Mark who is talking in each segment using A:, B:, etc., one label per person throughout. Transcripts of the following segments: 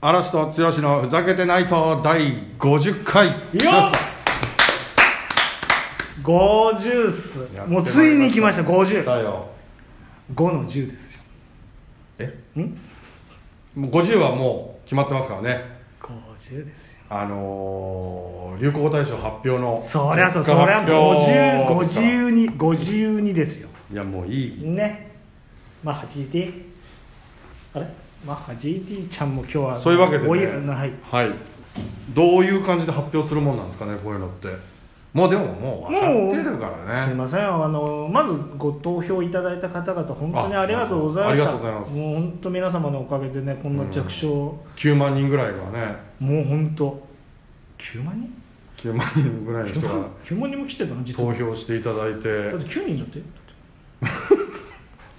A: 嵐と剛のふざけてないと第50回
B: い
A: 来
B: や
A: ました
B: 50っす
A: やってまいりました
B: もうついに来ました
A: だ
B: 50
A: よ
B: 五の10ですよ
A: え
B: ん
A: もう50はもう決まってますからね
B: 50ですよ
A: あのー、流行語大賞発表の
B: そりゃそう
A: 結
B: そ
A: 果
B: りゃ
A: 発表ですから
B: 5052 52ですよ
A: いやもういい
B: ねマッハ GT あれマッハ GT ちゃんも今日は
A: そういうわけでね
B: おいはい
A: はいどういう感じで発表するもんなんですかねこういうのってもうでももう分かってるから
B: すい
A: ね
B: ませんあのまずご投票いただいた方々本当にありがとうございまし
A: あ
B: た
A: ありがとうございます
B: もう本当皆様のおかげでねこんな弱小、
A: 9万人ぐらいがね
B: もう本当9万人
A: 9万人ぐらいの人が
B: 9万人も来てたの実
A: 投
B: は
A: 票していただいて
B: だって9人だって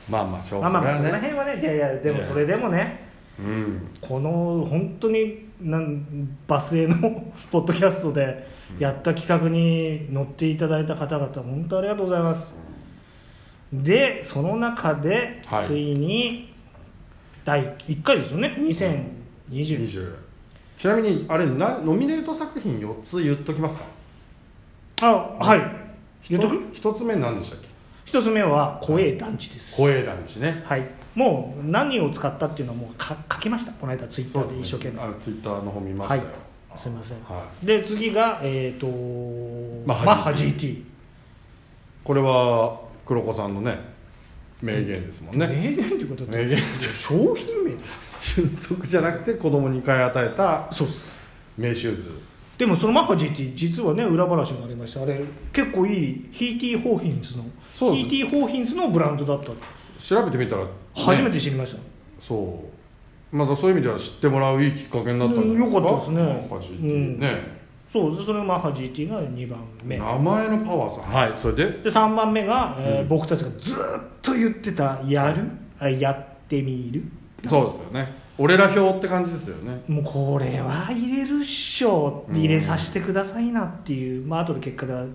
A: まあまあしょう
B: まあまあまあそ
A: それ
B: の
A: はね
B: 辺はねじゃあいやで
A: い
B: も
A: や
B: それでもね
A: うん
B: この本当になんバスへの ポッドキャストでやった企画に乗っていただいた方々本当ありがとうございますでその中で
A: はい
B: ついに第1回ですよね2020
A: 20ちなみにあれなノミネート作品4つ言っときますか
B: あはい言っとく
A: 1つ目何でしたっけ
B: 一つ目は「怖え団地」です
A: 公営団地ね
B: はいもう何を使ったっていうのはもうか書きましたこの間ツイッターで一生懸命
A: あのツイッターの方見ましたよ
B: はいすみません
A: はい
B: で次がえっ、と
A: マッハ GT
B: マッハ GT
A: これは黒子さんのね名言ですもんね
B: 名言ってことだ
A: 名言
B: 商品名だ
A: 俊足じゃなくて子供に買い与えた
B: そうっす
A: 名シューズ
B: でもそのマッハ GT 実はね裏話もありましたあれ結構いいヒーティーホーヒンズの
A: そうです
B: ヒーティーホーヒンズのブランドだったって
A: 調べてみたら、
B: 初め
A: ね
B: て知りました、
A: そうまたそういう意味では知ってもらういいきっかけになったんじゃないですか
B: うんよかったですね
A: マッハ GT
B: うん
A: ね、
B: そうでそれがマッハ GT が2番目
A: 名前のパワーさはいそれで
B: で3番目が、えー
A: うん
B: 僕たちがずっと言ってた「やる」あやってみる」
A: そうですよね俺ら表って感じですよね
B: もうこれは入れるっしょ
A: うん
B: 入れさせてくださいなっていう、まあ後で結果 がはい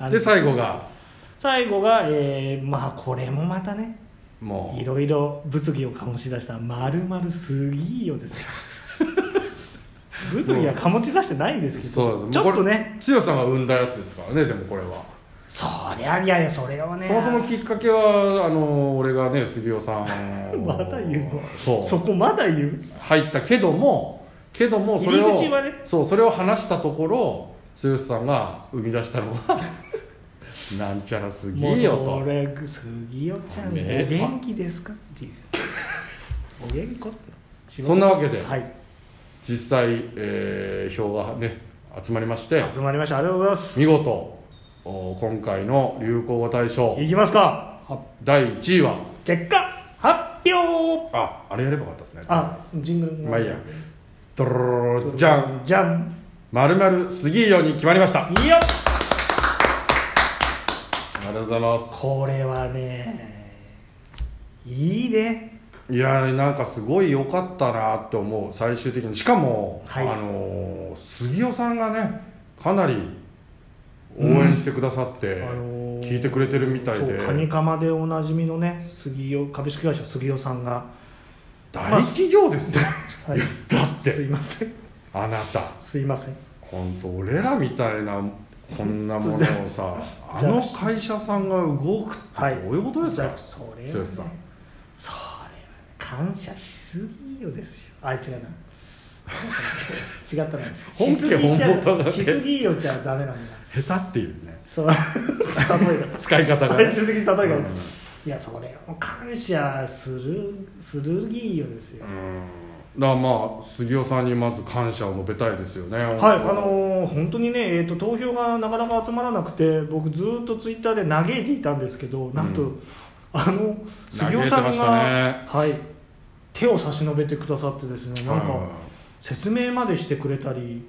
B: あの
A: で最後が
B: 最後が、えーまあこれもまたね
A: も
B: いうろいろ物議を醸し出した「まるまるすぎー よ」ですよ物議は醸し出してないんですけ
A: そう
B: ど
A: です
B: ちょっとね
A: もうこれ剛さんが生んだやつですからねでもこれは、
B: そりゃいやいやそれをね
A: そもそもきっかけはあの俺がね杉尾さんを
B: まだ言うの
A: そう
B: そこまだ言う
A: 入ったけどもけどもそれ
B: 入
A: を、
B: り口はね
A: そうそれを話したところ剛さんが生み出したのが なんちゃらすぎ
B: もう
A: よ
B: そ
A: と
B: れ杉尾ちゃんお
A: ね
B: 元気ですかっていう お元気か仕事
A: そんなわけで
B: はい
A: 実際、えー票がね集まりまして
B: 集まりましたありがとうございます
A: 見事お今回の流行語大賞
B: いきますかは
A: 第1位は
B: 結果発表
A: ああれやればよかったですね
B: あジングル
A: まあいいやドロロロロじゃん
B: じゃん
A: まるまる杉よに決まりましたあ
B: いいよ
A: りがとうございます
B: これはねいいね
A: いやーなんかすごい良かったなって思う最終的にしかも、
B: はい
A: あのー杉尾さんがねかなり応援してくださって、
B: あのー
A: 聞いてくれてるみたいで
B: そうカニカマでおなじみのね杉尾株式会社杉尾さんが、
A: 大企業ですよ、
B: はい、
A: だって
B: すいません
A: あなた
B: すいません
A: 本当俺らみたいなこんなものをさあ
B: じゃあ
A: の会社さんが動くってどういうことですか、
B: だそれはね
A: 剛さん
B: それはね感謝しすぎよですよあ違うな違ったな
A: 本家本元だね
B: しすぎちゃしすぎよじゃダメなんだ
A: 下手っていうね
B: そう例えが
A: 使い方がね
B: 最終的に例えが、
A: うん
B: いやそれを感謝するするぎよですよ、
A: うんだからまあ杉尾さんにまず感謝を述べたいですよねはい
B: はい、あのー本当にね、えーと、投票がなかなか集まらなくて、僕、ずーっとツイッターで嘆いていたんですけど、なんと、
A: うん
B: あの杉尾さ
A: 嘆いてま
B: ん
A: した
B: が、
A: ね
B: はい、手を差し伸べてくださってですね、なんか、説明までしてくれたり、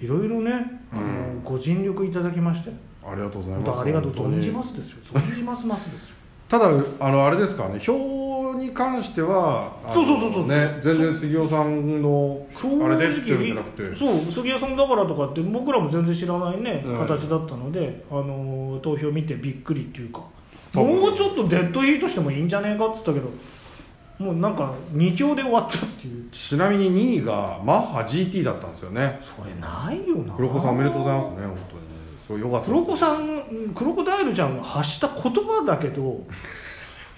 B: いろいろね、あの
A: うん
B: ご尽力いただきまして、
A: ありがとうござい
B: 本
A: ます
B: 当ありがとう、
A: 本当に
B: 存じますですよ、存じますますですよ。
A: ただあのあれですかね票に関してはあの
B: そうそうそうそう
A: ね全然杉尾さんの
B: 正直
A: あれでっていうんじゃなくて
B: そう杉谷さんだからとかって僕らも全然知らないね、
A: うん
B: 形だったので、あのー投票見てびっくりっていうか
A: 多分
B: もうちょっとデッドヒートしてもいいんじゃねえかっつったけどもうなんか2強で終わったっていう
A: ちなみに2位がマッハ GT だったんですよね
B: それないよな
A: 黒子さんおめでとうございますね本当にすごいよかったです
B: 黒子さんクロコダイルちゃんが発した言葉だけど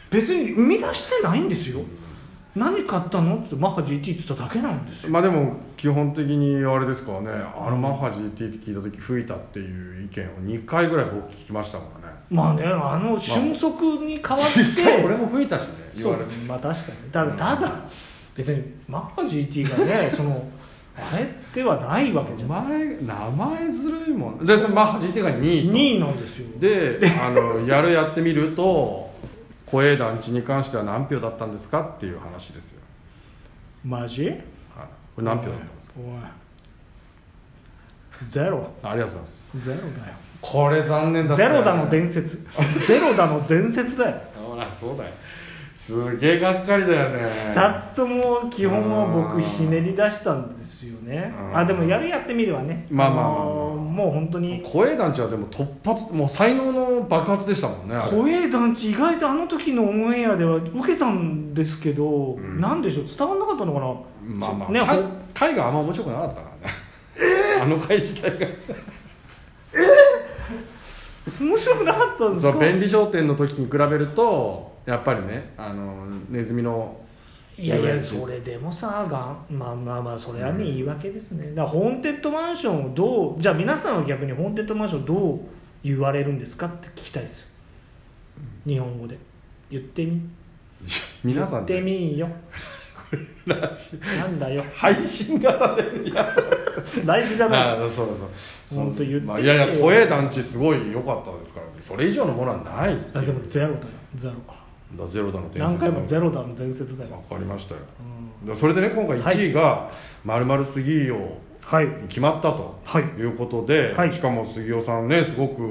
B: 別に生み出してないんですよ何買ったのってマッハ GT って言っただけなんですよ
A: まあでも基本的にあれですからねあのマッハ GT って聞いた時吹いたっていう意見を2回ぐらい僕聞きましたからね
B: まあねあの瞬足に変わって、
A: 実際俺も吹いたしね言
B: そう
A: わ
B: で
A: れて
B: すまあ確かにただただ別にマッハ GT が ねそのあれではないわけじゃ
A: 名
B: ない
A: 前名前ずるいもんでそのマッハ GT が2位と
B: 2位なんですよ
A: であのやるやってみると小枝団地に関しては何票だったんですかっていう話ですよ、
B: マジ
A: はい、これ何票だったんですか
B: おいおいゼロ
A: ありがとうございます
B: ゼロだよ
A: これ残念だった
B: ゼ
A: よね
B: ロだの伝説ゼロだの伝 説だよ
A: ほらそうだよすげえがっかりだよね
B: 2つも基本は
A: う
B: 僕
A: ん
B: ひねり出したんですよね
A: うん
B: あでもやるやってみればね
A: まあまあまあまあ
B: のーもう本当に
A: 小枝団地はでも突発もう才能の爆発でしたもんねあれ
B: 怖え団地意外とあの時のオンエアでは受けたんですけど、
A: ん
B: なんでしょう伝わんなかったのかな
A: まあまあ、
B: ね
A: か
B: ほ
A: 回があんま面白くなかったからね、あの回自体が
B: 面白くなかったんです
A: そう
B: か
A: 便利商店の時に比べるとやっぱりねあのネズミの
B: いやいやそれでもさがんまあまあまあそれはね、言い訳ですねだからホーンテッドマンションをどうじゃあ皆さんは逆にホーンテッドマンションをどう言われるんですかって聞きたいですよ日本語で言ってみ
A: 皆さん
B: 言って
A: ね
B: みよ
A: ラジ
B: なんだよ
A: 配信型で皆 さん
B: ライブじゃない
A: あそうそう
B: ほんと言って
A: まあ、いやいや小枝団地すごい良かったですからねそれ以上のものはない
B: あでもゼロだよゼロ
A: だゼロだの点
B: 何回もゼロだの伝説だ
A: わ
B: よ、
A: かりましたよ
B: うん
A: だそれでね今回1位が「まるまる杉井を
B: はい
A: 決まったと
B: はい
A: いうことで、
B: はい
A: しかも杉尾さんねすごく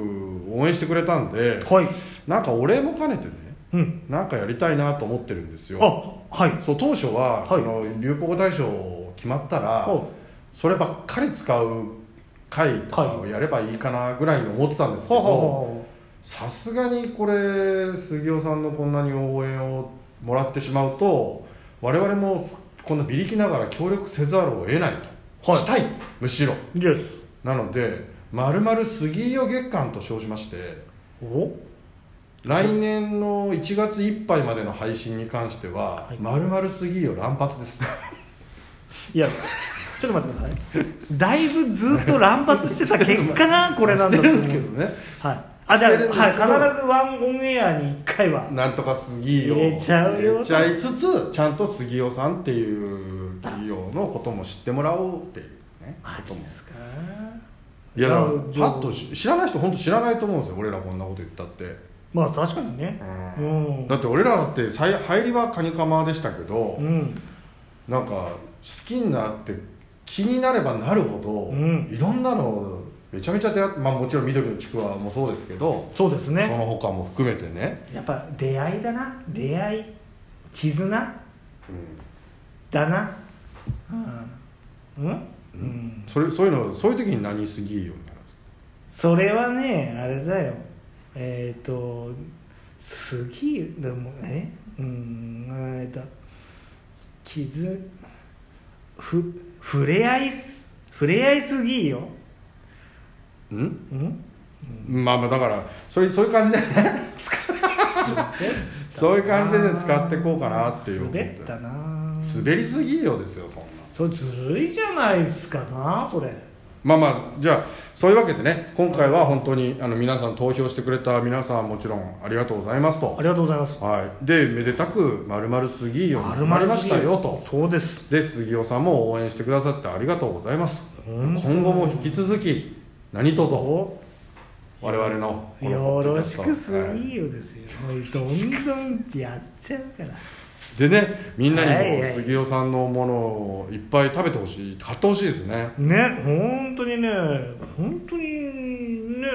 A: 応援してくれたんで
B: はい
A: なんかお礼も兼ねてね
B: うん
A: なんかやりたいなと思ってるんです
B: あ
A: よ
B: はい
A: そう当初は、
B: はい
A: その流行語大賞決まったら
B: お
A: そればっかり使う回とかをやればいいかなぐらいに思ってたんですけ
B: ほうほう
A: ど
B: ほ
A: さすがにこれ杉尾さんのこんなに応援をもらってしまうと我々もこんなビリきながら協力せざるを得ないと、
B: はい
A: したいむしろ
B: うです
A: なので「まるまる杉尾月間」と称しまして
B: お
A: 来年の1月いっぱいまでの配信に関しては
B: はい
A: 「まるまる杉尾乱発」ですね
B: いやちょっと待ってくださいだいぶずっと乱発してた結果がこれなんだ
A: して
B: と思
A: る
B: うん
A: ですけどね
B: はいあじゃあ、
A: し
B: は
A: てる
B: い、
A: ん
B: 必
A: で
B: ず
A: すけど
B: ワンオンエアに1回は
A: なんとか杉尾
B: 入れちゃうよ
A: 入れちゃいつつちゃんと杉尾さんっていう企業のことも知ってもらおうっていうねことも
B: すか
A: いやだから
B: あ
A: パ
B: じゃあ
A: ッとし知らない人本当知らないと思うんですよ俺らこんなこと言ったって、
B: まあ確かにねう
A: うん
B: ん
A: だって俺らだってさい入りはカニカマでしたけど、
B: うん
A: なんか好きになって気になればなるほど、
B: うん
A: いろんなのめちゃめちゃ出会って、まあ、もちろん緑のちくわもそうですけど、
B: そうです
A: そ
B: ね
A: の他も含めてね、
B: やっぱ出会いだな出会い絆
A: う
B: だなうんうん、うん
A: ん、それそういうのそういう時に何すぎよみたいな
B: それはねあれだよえっ、と杉でもえうんえっと傷ふ触れ合いす触れ合いすぎよ
A: うん
B: うん
A: まあまあだからそれそういう感じでねそういう感じでね使っていこうかなっていう
B: 滑ったな
A: 滑りすぎよですよそんな
B: それずるいじゃないですかなそれ
A: まあまあじゃあそういうわけでね今回は本当にあの皆さん投票してくれた皆さんもちろんありがとうございますと
B: ありがとうございます
A: はい、でめでたく「まるまる杉井」を決まりましたよと
B: そうです
A: で杉尾さんも応援してくださってありがとうございます
B: 本当
A: 今後も引き続き何卒
B: お
A: 我々のこのポ
B: よ
A: ッドキ
B: ろ
A: ャス
B: し
A: ト
B: くす
A: は
B: ぎよですよ、もうどんどんってやっちゃうから
A: いでねみんなに
B: は
A: も
B: いはい
A: 杉尾さんのものをいっぱい食べてほしい買ってほしいですね
B: ね本当にね本当にね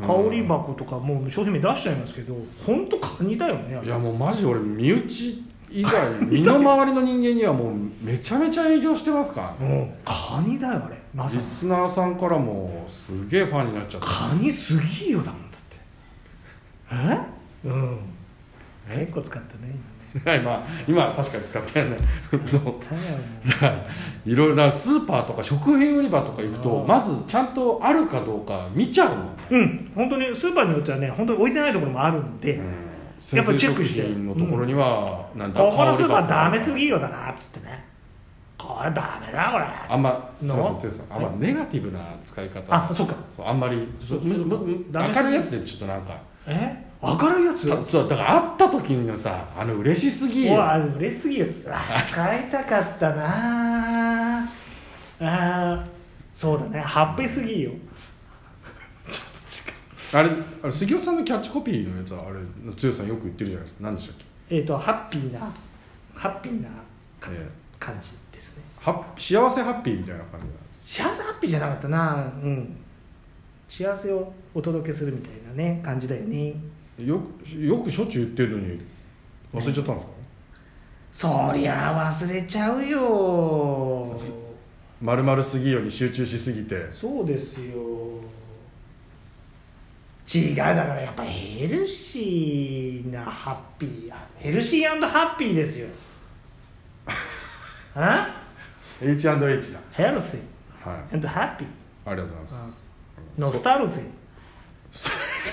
B: 香り箱とかもう商品名出しちゃいますけど本当カニだよね
A: い
B: あれ
A: やもうマジ俺身内以外身の回りの人間にはもうめちゃめちゃ営業してますか
B: うんカニだよあれま
A: ら
B: さ
A: リ
B: に
A: スナーさんからもすげえファンになっちゃった
B: カニす ぎよだもんだってえうんえっこ使ったね今ね
A: はいまあ今は確かに使ってないね そう
B: ただもう
A: だからいろいろだからスーパーとか食品売り場とか行くと
B: あー
A: まずちゃんとあるかどうか見ちゃうもんね、
B: うん本当にスーパーによってはね本当に置いてないところもあるんで、やっぱチェックして
A: 生鮮食品のところには、なんだ
B: ここのス
A: 香
B: ー
A: り
B: パ
A: が
B: ーダメすぎよだなっつってねこれダメだこれ
A: あんま、すみま
B: の
A: せん剛さん、あんまネガティブな使い方。
B: あそっか
A: そう、あんまり、
B: そう
A: むむむ
B: ダメ
A: 明るいやつで、ちょっとなんか。
B: え明るいやつ
A: たそう、だから、会った時のさ、あの嬉しすぎ。
B: うわ売れすぎやつあ使いたかったなああーそうだねハッピーすぎよ
A: あれ、あれ、杉尾さんのキャッチコピーのやつは、あれ、剛さんよく言ってるじゃないですか、何でしたっけ。
B: えっ、とハッピーなハッピーなか
A: え
B: 感じですね
A: は幸せハッピーみたいな感じだ。
B: 幸せハッピーじゃなかったなうん幸せをお届けするみたいなね感じだよね
A: よく、よくしょっちゅう言ってるのに、忘れちゃったんですか。
B: そりゃ忘れちゃうよ
A: まるまるすぎよに集中しすぎて。
B: そうですよ違うだからやっぱヘルシーなハッピーヘルシーハッピーですよあ
A: H. and H. だ。
B: ヘルシー
A: はい。
B: ハッピー
A: ありがとうございます。
B: ノスタルジ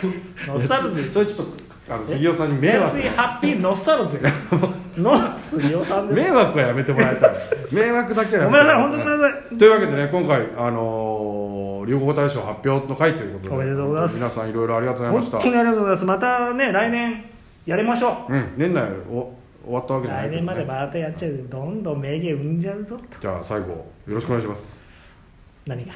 B: ーノスタルジー
A: それちょっと、あの、杉尾さんに迷惑
B: ヘ。ルシーハッピーノスタルジーの杉尾さんです
A: 迷惑はやめてもらいたい 迷惑だけはやめてもら
B: ごめんなさい本当ごめんなさい
A: というわけでね今回あのー流行語大賞発表の回ということで
B: おめでとうございます
A: 皆さんいろいろありがとうございま
B: 本
A: した
B: 当にありがとうございますまたね来年やりましょう
A: うん年内お終わったわけじゃない
B: 来
A: けど、
B: 年までまたやっちゃうよどんどん名言生んじゃうぞと
A: じゃあ最後よろしくお願いします
B: 何が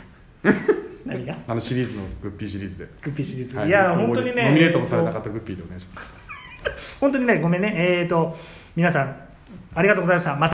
B: 何が
A: あのシリーズのグッピーシリーズで、
B: グッピーシリーズ、、
A: はい
B: や本当にね
A: ノミネートもされなかったグッピーでお願いします
B: 本当にねごめんねえっ、と皆さんありがとうございましたまた